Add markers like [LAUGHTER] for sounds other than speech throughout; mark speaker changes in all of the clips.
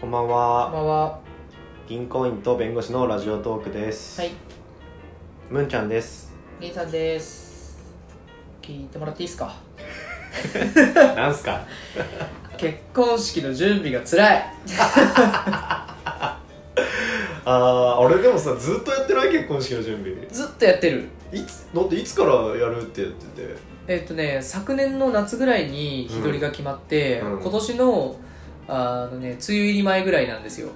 Speaker 1: こんばん
Speaker 2: こんば
Speaker 1: は
Speaker 2: んは。
Speaker 1: 銀行員と弁護士のラジオトークです
Speaker 2: はい、
Speaker 1: むんちゃん
Speaker 2: [LAUGHS]
Speaker 1: です
Speaker 2: りんさんです。聞いてもらっていいですか
Speaker 1: なんすか
Speaker 2: 結婚式の準備が辛い。
Speaker 1: あー俺でもさずっとやってない結婚式の準備
Speaker 2: ずっとやってる。
Speaker 1: いつだっていつからやるって言ってて
Speaker 2: えっ、とね、昨年の夏ぐらいに日取りが決まって、
Speaker 1: うんうん
Speaker 2: 今年の、あのね、梅雨入り前ぐらいなんですよ。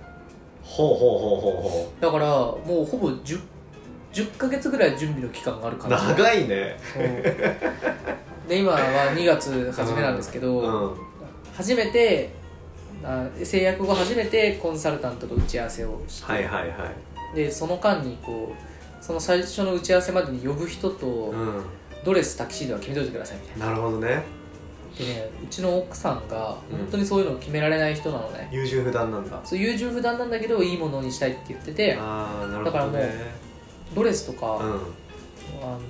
Speaker 1: ほうほうほうほうほ
Speaker 2: だから、もうほぼ10、10ヶ月ぐらい準備の期間がある
Speaker 1: う
Speaker 2: 感じ。
Speaker 1: 長いね
Speaker 2: うんで、今は2月初めなんですけど、
Speaker 1: うん
Speaker 2: 初めて、あ制約後初めてコンサルタントと打ち合わせをして、
Speaker 1: はいはいはい
Speaker 2: でその間にこうその最初の打ち合わせまでに呼ぶ人と
Speaker 1: う
Speaker 2: ドレスタキシードは決めといてくださいみたい
Speaker 1: んなるほどね
Speaker 2: なでねうちの奥さんが
Speaker 1: うん
Speaker 2: 本当にそういうのを決められない人なのね、
Speaker 1: 優柔不断なんだ
Speaker 2: そう優柔不断なんだけどいいものにしたいって言ってて
Speaker 1: ああなる
Speaker 2: だ
Speaker 1: ほ
Speaker 2: から
Speaker 1: ど
Speaker 2: もう
Speaker 1: ね
Speaker 2: ドレスとか、
Speaker 1: う
Speaker 2: あ
Speaker 1: ん
Speaker 2: の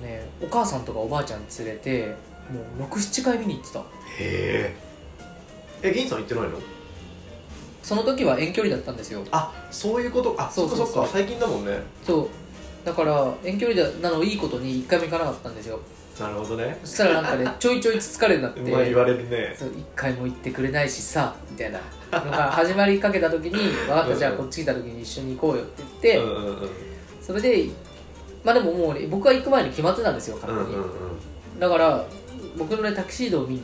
Speaker 2: ね、お母さんとかおばあちゃん連れてもう67回見に行ってた
Speaker 1: へええ銀さん行ってないの
Speaker 2: その時は遠距離だったんですよ
Speaker 1: あそういうことあ
Speaker 2: そ
Speaker 1: そうっ
Speaker 2: そ
Speaker 1: かそ
Speaker 2: うそう
Speaker 1: っか最近だもんね
Speaker 2: そうだから遠距離だなのをいいことに1回も行かなかったんですよ
Speaker 1: なるほどね
Speaker 2: そしたらなんかねちょいちょいつつかれになって
Speaker 1: うまい言われるね
Speaker 2: そう一回も行ってくれないしさ
Speaker 1: [LAUGHS]
Speaker 2: みたいなのが始まりかけた時に「分かっ
Speaker 1: うん
Speaker 2: たじゃあこっち来た時に一緒に行こうよ」って言
Speaker 1: うん
Speaker 2: って、
Speaker 1: うんうん
Speaker 2: それでまあでももう、ね、僕が行く前に決まってたんですよ
Speaker 1: う
Speaker 2: 勝
Speaker 1: ん
Speaker 2: 手
Speaker 1: う
Speaker 2: に、
Speaker 1: んうん
Speaker 2: だから僕のねタキシードを見に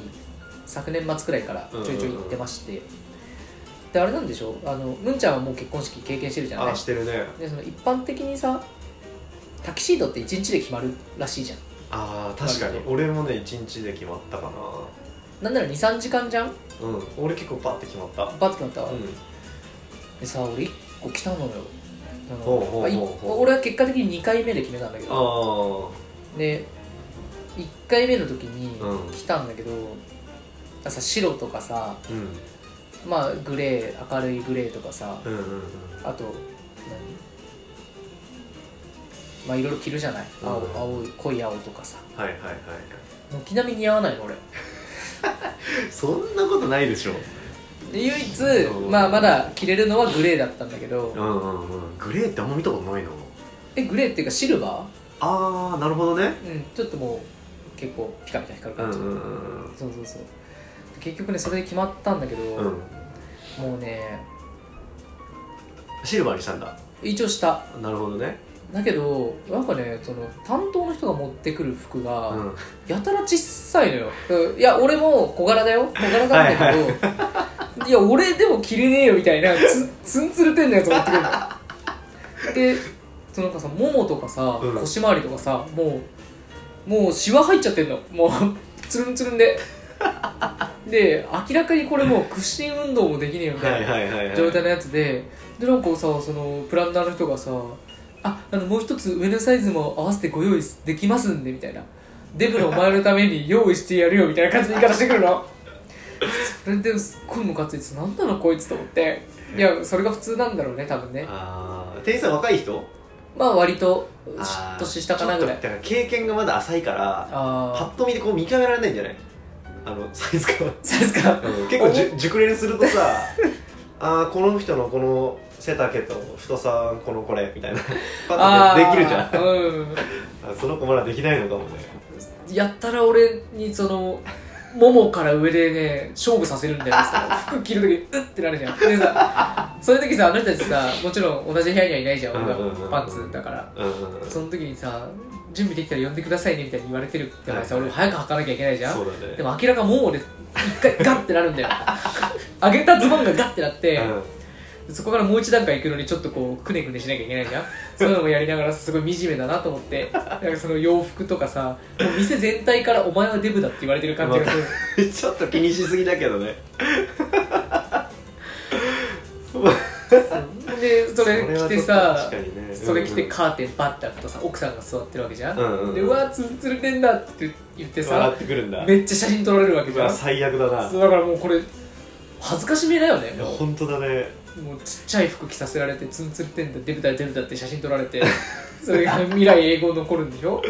Speaker 2: 昨年末くらいからちょいちょい行ってまして、であれなんでしょうあのむんちゃんはもう結婚式経験してるじゃない
Speaker 1: あしてるね
Speaker 2: でその一般的にさタキシードって1日で決まるらしいじゃん
Speaker 1: あー確かに
Speaker 2: 割
Speaker 1: 俺もね一日で決まったか
Speaker 2: なんなら23時間じゃん
Speaker 1: なうん俺結構パッて決まった
Speaker 2: バッてなった、
Speaker 1: うん
Speaker 2: でさ俺1個来たのよあの
Speaker 1: ほうほうほうほう
Speaker 2: まあい俺は結果的に2回目で決めたんだけ
Speaker 1: あ
Speaker 2: ど
Speaker 1: あ
Speaker 2: で1回目の時に
Speaker 1: うん
Speaker 2: 来たんだけど、あさ白とかさ
Speaker 1: うん
Speaker 2: まあグレー明るいグレーとかさ
Speaker 1: うんうんうん
Speaker 2: あと何まあいろいろ着るじゃない青,、
Speaker 1: うん
Speaker 2: 青い濃い青とかさ
Speaker 1: はいはいはいはい
Speaker 2: 軒並み似合わないの俺
Speaker 1: そんなことないでしょ
Speaker 2: で唯一
Speaker 1: うん
Speaker 2: まあまだ着れるのはグレーだったんだけど
Speaker 1: うんうんうんグレーってあんま見たことないな
Speaker 2: えグレーっていうかシルバ
Speaker 1: ああなるほどね
Speaker 2: ーうんちょっともう結構ピカピカ光
Speaker 1: う
Speaker 2: る感
Speaker 1: ん
Speaker 2: じ、
Speaker 1: うんうんうん
Speaker 2: そうそうそう結局ねそれで決まったんだけど、
Speaker 1: うん
Speaker 2: もうね
Speaker 1: シルバーにしたんだ
Speaker 2: 一応した
Speaker 1: なるほどね
Speaker 2: だけどなんかねその担当の人が持ってくる服が、
Speaker 1: うん
Speaker 2: やたら小さいのようんいや俺も小柄だよ小柄なんだけど、いや俺でも着れねえよみたいなつツンツルてんのやつ持ってくるのでそのなんかさももとかさ、
Speaker 1: うん
Speaker 2: 腰回りとかさもうもうシワ入っちゃってんのもうツルンツルンでで明らかにこれもう屈伸運動もできねえ
Speaker 1: [LAUGHS]
Speaker 2: よみたいな、
Speaker 1: はいはいはいはい
Speaker 2: 状態のやつででなんかさそのプランナーの人がさ「ああのもう一つ上のサイズも合わせてご用意できますんで」みたいな「デブのお前のために用意してやるよ」みたいな感じの言い方してくるのそれですっごいムカついてなんなのこいつと思っていやそれが普通なんだろうね多分ね
Speaker 1: ああ店員さん若い人
Speaker 2: まあ割とし
Speaker 1: あー
Speaker 2: 年下かなぐら
Speaker 1: ちょっ
Speaker 2: い
Speaker 1: とだから経験がまだ浅いからパ
Speaker 2: ああ
Speaker 1: ッと見でこう見極められないんじゃないあの [LAUGHS] サイズ感
Speaker 2: そうですか
Speaker 1: 結構じゅ熟練するとさ [LAUGHS] あーこの人のこの背丈と太さこのこれみたい
Speaker 2: [LAUGHS]
Speaker 1: なパッ
Speaker 2: あ
Speaker 1: と
Speaker 2: ー
Speaker 1: ねできるじゃん
Speaker 2: うん
Speaker 1: あその子まだできないのかもね
Speaker 2: やったら俺にそのももから上でね勝負させる
Speaker 1: [LAUGHS]
Speaker 2: んだよさ服着るときにうってなるじゃんでさそういう時さあの人たちさもちろん同じ部屋にはいないじゃん俺
Speaker 1: うんうんうんう
Speaker 2: が
Speaker 1: ん
Speaker 2: パンツだから
Speaker 1: うんうんうん
Speaker 2: その時にさ準備できたら呼んでくださいねみたいに言われてるからさ
Speaker 1: はい
Speaker 2: 俺も早く履かなきゃいけないじゃ
Speaker 1: そ
Speaker 2: ん
Speaker 1: うだね
Speaker 2: でも明らかもう俺一回ガッてなるん
Speaker 1: [LAUGHS]
Speaker 2: だよ上げたズボンがガッてなって、
Speaker 1: うん
Speaker 2: そこからもう一段階行くのにちょっとこうくねくねしなきゃいけな
Speaker 1: [LAUGHS]
Speaker 2: いじゃんそういうのもやりながらすごい惨めだなと思ってなんかその洋服とかさもう店全体から「お前はデブだ」って言われてる感じがする
Speaker 1: [LAUGHS] ちょっと気にしすぎだけどね
Speaker 2: そうでそれ着
Speaker 1: それは
Speaker 2: てさ
Speaker 1: ちょっと確かにね
Speaker 2: それ着て
Speaker 1: うん
Speaker 2: カーテンバッて開くとさ奥さんが座ってるわけじゃん、
Speaker 1: うんうんうん
Speaker 2: でうわーツルツルてんだって言って
Speaker 1: 笑
Speaker 2: さ
Speaker 1: ってくるんだ
Speaker 2: めっちゃ写真撮られるわけ
Speaker 1: う
Speaker 2: じゃん
Speaker 1: わ最悪だな
Speaker 2: そうだからもうこれ恥ずかしめだよね
Speaker 1: いや
Speaker 2: もう
Speaker 1: 本当だね
Speaker 2: もうちっちゃい服着させられてツンツルてんだデブだデブだって写真撮られてそれが未来英語残るんでしょ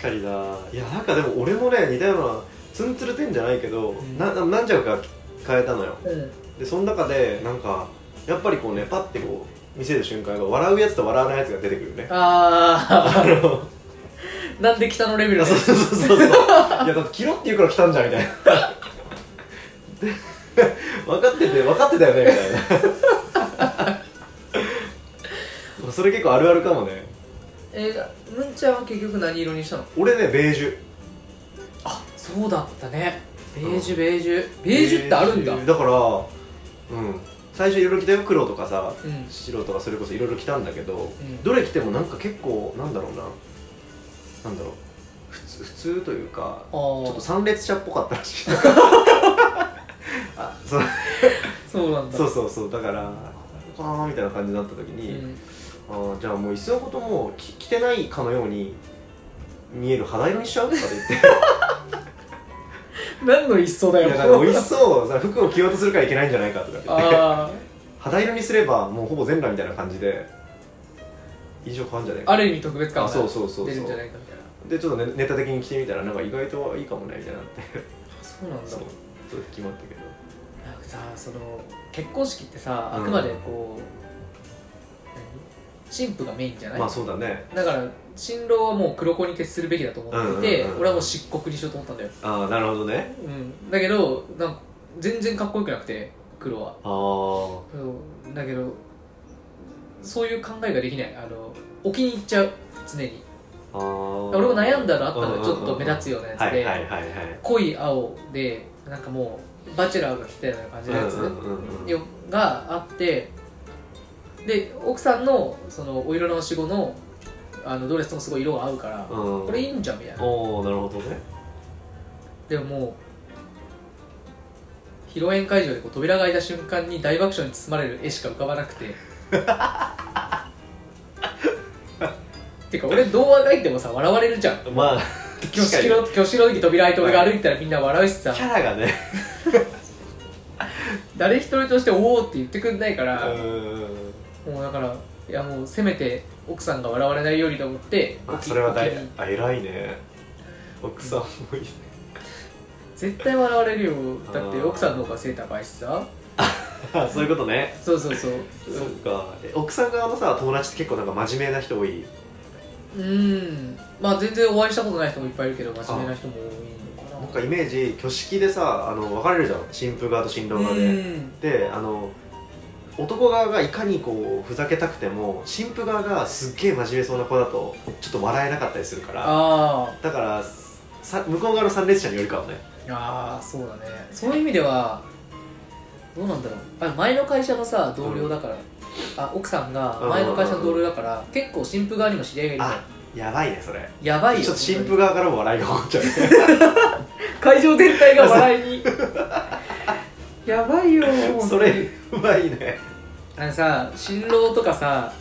Speaker 1: 確かにないやなんかでも俺もね似たようなツンツルてんじゃないけど、
Speaker 2: ん
Speaker 1: な何着か変えたのよ
Speaker 2: うん
Speaker 1: でその中でなんかやっぱりこうねパッてこう見せる瞬間が笑うやつと笑わないやつが出てくるね
Speaker 2: あ
Speaker 1: あの
Speaker 2: ー [LAUGHS] なんで北のレベル
Speaker 1: いや
Speaker 2: だ
Speaker 1: そうそうそうそういやだって着ろって言うから着たんじゃんみたいな分かってて分かってたよねみたいなそれ結構あるあるかもね
Speaker 2: えーむんちゃんは結局何色にしたの
Speaker 1: 俺ねベージュ
Speaker 2: あそうだったねベージュベージュベージュってあるんだ
Speaker 1: ベージュだからうん最初いろいろ着たよ黒とかさ
Speaker 2: うん
Speaker 1: 白とかそれこそいろいろ着たんだけど、
Speaker 2: ん
Speaker 1: どれ着てもなんか結構なんだろうななんだろう普通普通というか
Speaker 2: あ
Speaker 1: ち
Speaker 2: ー
Speaker 1: ょっと参列者っぽかったらし
Speaker 2: [LAUGHS]
Speaker 1: いあそう
Speaker 2: そうなんだ
Speaker 1: そうそうそうだからあーみたいな感じになった時に、
Speaker 2: うん
Speaker 1: あーじゃあもういっそのこともうき着てないかのように見える肌色にしちゃうとか言って
Speaker 2: [LAUGHS] 何の一層だよ
Speaker 1: いやなんか美味しそうさ服を着ようとするからいけないんじゃないかとかって言って
Speaker 2: あ
Speaker 1: 肌色にすればもうほぼ全裸みたいな感じで印象変わんじゃない
Speaker 2: あ
Speaker 1: か
Speaker 2: ある意味特別感
Speaker 1: あ
Speaker 2: が
Speaker 1: そうそうそう
Speaker 2: 出
Speaker 1: そ
Speaker 2: るんじゃ
Speaker 1: う
Speaker 2: ないかみたいな
Speaker 1: でちょっとねネタ的に着てみたらなんか意外といいかもねみたいになって
Speaker 2: あそうなんだ
Speaker 1: そうちょっと決まったけど
Speaker 2: なんかさその結婚式ってさあ
Speaker 1: うん
Speaker 2: くまでこう、何神父がメインじゃない、
Speaker 1: まあそうだね
Speaker 2: だから新郎はもう黒子に徹するべきだと思っていて、
Speaker 1: うんうんうんうん
Speaker 2: 俺はもう漆黒にしようと思ったんだよ、
Speaker 1: ああなるほどね
Speaker 2: うん、だけどなんか全然かっこよくなくて黒は
Speaker 1: ああ
Speaker 2: そうだけどそういう考えができないあの置きに行っちゃう常に
Speaker 1: あー
Speaker 2: 俺も悩んだのあったのよ
Speaker 1: うん
Speaker 2: ち
Speaker 1: うん
Speaker 2: ょ
Speaker 1: うん
Speaker 2: っと目立つようなやつで、
Speaker 1: はいはいはいはい
Speaker 2: 濃い青でなんかもうバチェラーが来たような感じのやつ、
Speaker 1: うんうんうん
Speaker 2: よがあってで奥さんのそのお色直し後のあのドレスともすごい色が合うから、
Speaker 1: うん
Speaker 2: これいいんじゃんみたいな
Speaker 1: おおなるほどね
Speaker 2: でももう披露宴会場でこう扉が開いた瞬間に大爆笑に包まれる絵しか浮かばなく
Speaker 1: [LAUGHS]
Speaker 2: ててか俺どうあがいてもさ笑われるじゃん
Speaker 1: まあ
Speaker 2: 挙式の挙式の時扉開いて俺が歩いたらみんな笑うしさ
Speaker 1: キャラがね
Speaker 2: 誰一人として「おお」って言ってくんないから、
Speaker 1: うん
Speaker 2: もうだからいやもうせめて奥さんが笑われないようにと思って
Speaker 1: あそれは大
Speaker 2: お気に
Speaker 1: あ偉いね奥さんもいいね
Speaker 2: 絶対笑われるよだって
Speaker 1: あー
Speaker 2: 奥さんの方が背高いしさ
Speaker 1: あそういうことね
Speaker 2: そうそうそう
Speaker 1: そっかえ奥さん側のさ友達って結構なんか真面目な人多い
Speaker 2: うんまあ全然お会いしたことない人もいっぱいいるけど真面目な人も多いの
Speaker 1: なん
Speaker 2: か
Speaker 1: かイメージ挙式でさあの分かれるじゃん新婦側と新郎
Speaker 2: な
Speaker 1: 側
Speaker 2: う
Speaker 1: で
Speaker 2: ん
Speaker 1: であの男側がいかにこうふざけたくても新婦側がすっげえ真面目そうな子だとちょっと笑えなかったりするから
Speaker 2: あー
Speaker 1: だからさ向こう側の参列者によるかもね
Speaker 2: あーそうだねそういう意味ではどうなんだろうあ前の会社のさ同僚だから、あ奥さんが前の会社の同僚だから結構新婦側にも知り合いがいるか
Speaker 1: あやばいねそれ
Speaker 2: らやばいよ
Speaker 1: ちょっと新
Speaker 2: 本当に
Speaker 1: 婦側からも笑いが起こっち
Speaker 2: [LAUGHS]
Speaker 1: ゃうね
Speaker 2: 会場全体が笑い [LAUGHS] にやばいよ
Speaker 1: それうまいね
Speaker 2: あのさ新郎とかさ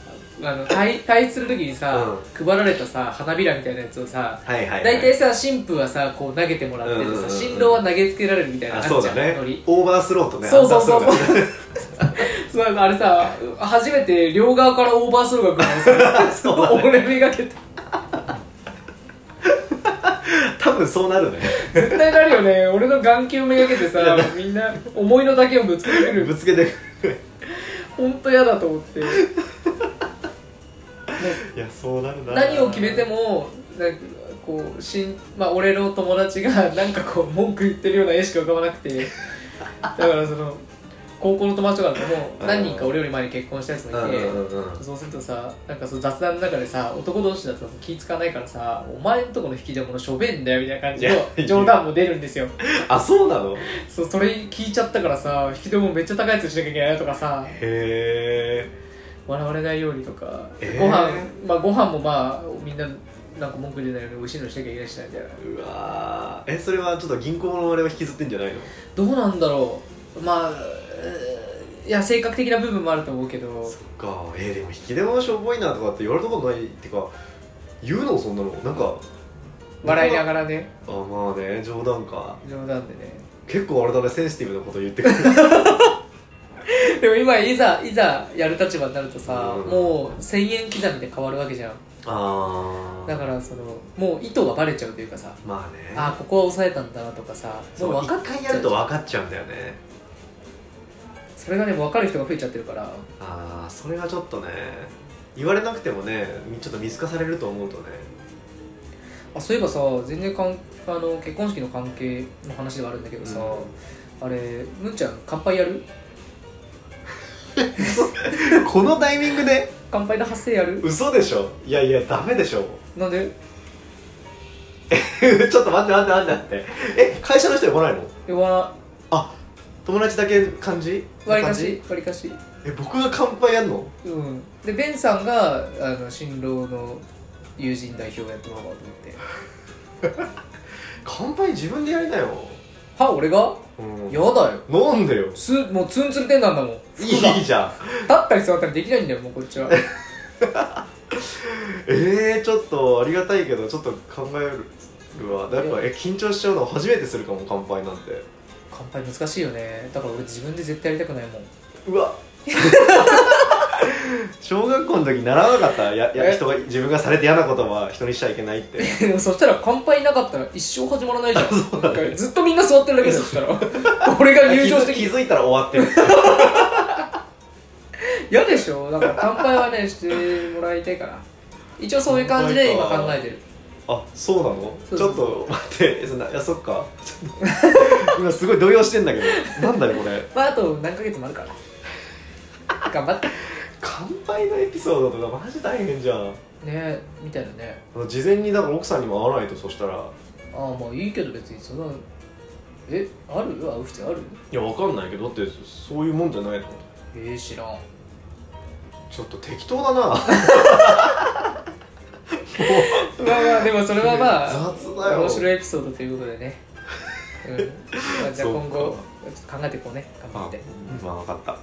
Speaker 2: あの退退出する時にさ、配られたさ花びらみたいなやつをさ
Speaker 1: はいはい、はい、
Speaker 2: 大体さ新婦はさこう投げてもらってて
Speaker 1: うんうんうんう
Speaker 2: さ
Speaker 1: ん
Speaker 2: 新郎は投げつけられるみたいな
Speaker 1: あ
Speaker 2: の
Speaker 1: そ
Speaker 2: あ
Speaker 1: う
Speaker 2: るじゃ
Speaker 1: だ
Speaker 2: ん
Speaker 1: ね
Speaker 2: ノリ
Speaker 1: オーバースローとね
Speaker 2: そうそうそう
Speaker 1: アンダースローがね
Speaker 2: そうあれさ初めて両側からオーバースローが来る
Speaker 1: [LAUGHS]
Speaker 2: の
Speaker 1: そうだね
Speaker 2: 俺めがけた
Speaker 1: [LAUGHS] 多分そうなるね
Speaker 2: 絶対なるよね俺の眼球めがけてさみんな思いのだけをぶつけてくる
Speaker 1: ぶつけてくる
Speaker 2: 本当嫌だと思
Speaker 1: [LAUGHS]
Speaker 2: って
Speaker 1: いやそうなるな
Speaker 2: 何を決めてもなんかこうしん、まあ、俺の友達がなんかこう文句言ってるような絵しか浮かばなくてだからその高校の友達とかでも
Speaker 1: うん
Speaker 2: 何人か俺より前に結婚したやつ
Speaker 1: う
Speaker 2: も
Speaker 1: んうん
Speaker 2: いて、
Speaker 1: うんうん
Speaker 2: そうするとさなんかその雑談の中でさ男同士だと気使わないからさお前んとこの引き出物しょべんだよみたいな感じ
Speaker 1: い
Speaker 2: の
Speaker 1: や
Speaker 2: 冗談も出るんですよ
Speaker 1: あそうなのへ
Speaker 2: そうそれ聞いちゃったからさ引き出物めっちゃ高いやつしなきゃいけないなとかさ
Speaker 1: え
Speaker 2: 笑われないようにとか、
Speaker 1: えー
Speaker 2: ご飯まあご飯もまあみんななんか文句出ないように美味しいのしなきゃいけないしなみたいな
Speaker 1: うわーえそれはちょっと銀行のあれを引きずってんじゃないの
Speaker 2: どうなんだろうまあえーいや性格的な部分もあると思うけど
Speaker 1: そっかえー、でも引き出物しょぼいなとかって言われたことないってか言うのそんなのなんか
Speaker 2: 笑いながらね
Speaker 1: あまあね冗談か
Speaker 2: 冗談でね [LAUGHS]
Speaker 1: 結構あれだねセンシティブなこと言ってくる
Speaker 2: でも今いざいざやる立場になるとさ、
Speaker 1: うん
Speaker 2: もう1000円刻みで変わるわけじゃん
Speaker 1: [LAUGHS] あ
Speaker 2: だからそのもう意図がバレちゃうというかさ
Speaker 1: らまあね
Speaker 2: ああここは抑えたんだなとかさ
Speaker 1: そ
Speaker 2: もう
Speaker 1: う
Speaker 2: 分かっ
Speaker 1: 一
Speaker 2: ちゃう
Speaker 1: 回やると分かっちゃうんだよね
Speaker 2: それがね分かる人が増えちゃってるから
Speaker 1: ああそれがちょっとね言われなくてもねみちょっと見透かされると思うとね
Speaker 2: あそういえばさ全然かんあの結婚式の関係の話があるんだけどさ、あれむんちゃん乾杯やる
Speaker 1: [LAUGHS] このタイミングで
Speaker 2: 乾杯の発声やる
Speaker 1: 嘘でしょいやいやダメでしょ [LAUGHS]
Speaker 2: なんで
Speaker 1: ちょっと待って待って待って待ってえ会社の人呼ばないの
Speaker 2: えわ
Speaker 1: 友達だけ感じ
Speaker 2: 割り
Speaker 1: 感
Speaker 2: か
Speaker 1: じ
Speaker 2: し割りかし
Speaker 1: え僕が乾杯やんの
Speaker 2: うんでベンさんがあの新郎の友人代表をやってもらおうかと思って
Speaker 1: 乾杯自分でやりなよ、
Speaker 2: は俺が
Speaker 1: うん、
Speaker 2: やだよ
Speaker 1: 飲んでよ
Speaker 2: すもうツンツルテンなんだもん服が
Speaker 1: いいじゃん
Speaker 2: 立ったり座ったりできないんだよもうこっちは [LAUGHS]
Speaker 1: えー、ちょっとありがたいけどちょっと考えるわやっぱえ緊張しちゃうの初めてするかも乾杯なんて
Speaker 2: 乾杯難しいよねだから俺自分で絶対やりたくないもん
Speaker 1: う
Speaker 2: [LAUGHS]
Speaker 1: わ小学校の時習わなかったやや
Speaker 2: [LAUGHS] え
Speaker 1: 人が自分がされて嫌なことは人にしちゃいけないって
Speaker 2: でもそしたら乾杯なかったら一生始まらないじゃんずっとみんな座ってるだけだよそしたら俺が入場して
Speaker 1: 気
Speaker 2: き
Speaker 1: づ気づいたら終わって
Speaker 2: [LAUGHS]
Speaker 1: る
Speaker 2: 嫌でしょだから乾杯はねしてもらいたいから一応そういう感じで今考えてる
Speaker 1: あそうなの
Speaker 2: そう
Speaker 1: ちょっと待ってえそんないやそっか [LAUGHS] ちょっと今すごい動揺してんだけどなんだよこれ
Speaker 2: まああと何ヶ月もあるから頑張ってね
Speaker 1: 乾杯のエピソードとかマジ大変じゃん
Speaker 2: えみたいなね
Speaker 1: 事前にだから奥さんにも会わないとそしたら
Speaker 2: ああまあいいけど別にそんなえある会う必要ある
Speaker 1: いやわかんないけどだってそういうもんじゃないの
Speaker 2: えー、知らん
Speaker 1: ちょっと適当だな
Speaker 2: まあまあでもそれはまあ
Speaker 1: 雑だよ
Speaker 2: 面白いエピソードということでね、うんまあ、じゃあ
Speaker 1: そうか
Speaker 2: 今後ちょっと考えていこうね頑張
Speaker 1: あ
Speaker 2: って
Speaker 1: まあ分かった